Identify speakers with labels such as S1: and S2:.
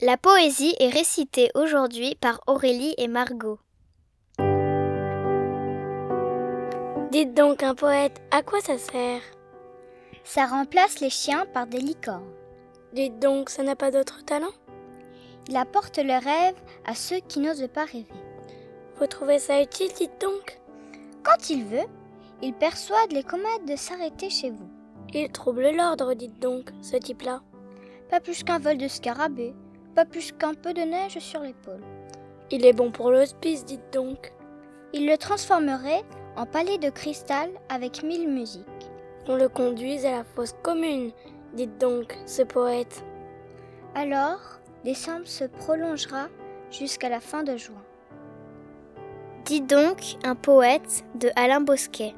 S1: La poésie est récitée aujourd'hui par Aurélie et Margot.
S2: Dites donc un poète, à quoi ça sert
S1: Ça remplace les chiens par des licornes.
S2: Dites donc ça n'a pas d'autre talent
S1: Il apporte le rêve à ceux qui n'osent pas rêver.
S2: Vous trouvez ça utile, dites donc
S1: Quand il veut, il persuade les comètes de s'arrêter chez vous.
S2: Il trouble l'ordre, dites donc, ce type-là.
S1: Pas plus qu'un vol de scarabée, pas plus qu'un peu de neige sur l'épaule.
S2: Il est bon pour l'hospice, dites donc.
S1: Il le transformerait en palais de cristal avec mille musiques.
S2: Qu'on le conduise à la fosse commune, dites donc, ce poète.
S1: Alors, décembre se prolongera jusqu'à la fin de juin. Dis donc un poète de Alain Bosquet.